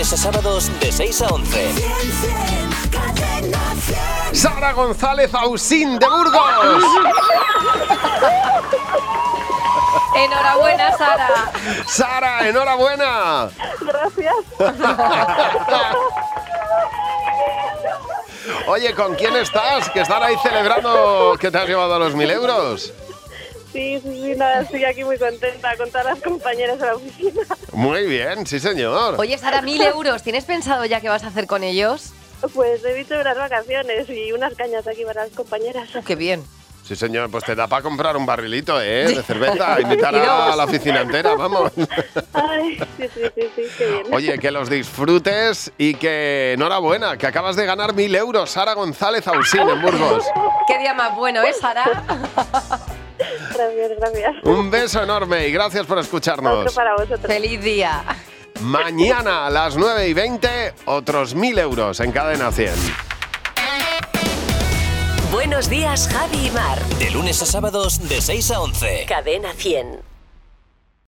a sábados de 6 a 11. Sara González Ausín de Burgos. Enhorabuena, Sara. Sara, enhorabuena. Gracias. Oye, ¿con quién estás? Que están ahí celebrando que te has llevado a los mil euros. Sí, sí, sí, nada, estoy aquí muy contenta con todas las compañeras de la oficina. Muy bien, sí señor. Oye, Sara, mil euros. ¿Tienes pensado ya qué vas a hacer con ellos? Pues he visto unas vacaciones y unas cañas aquí para las compañeras. Uh, Qué bien. Sí señor, pues te da para comprar un barrilito, ¿eh? De cerveza, invitar a la oficina entera, vamos. Ay, sí, sí, sí, sí, qué bien. Oye, que los disfrutes y que enhorabuena, que acabas de ganar mil euros, Sara González Ausín en Burgos. Qué día más bueno, ¿eh, Sara? Gracias, gracias. Un beso enorme y gracias por Otro escucharnos. para vosotros. Feliz día. Mañana a las 9 y 20, otros mil euros en Cadena 100. Buenos días, Javi y Mar. De lunes a sábados de 6 a 11. Cadena 100.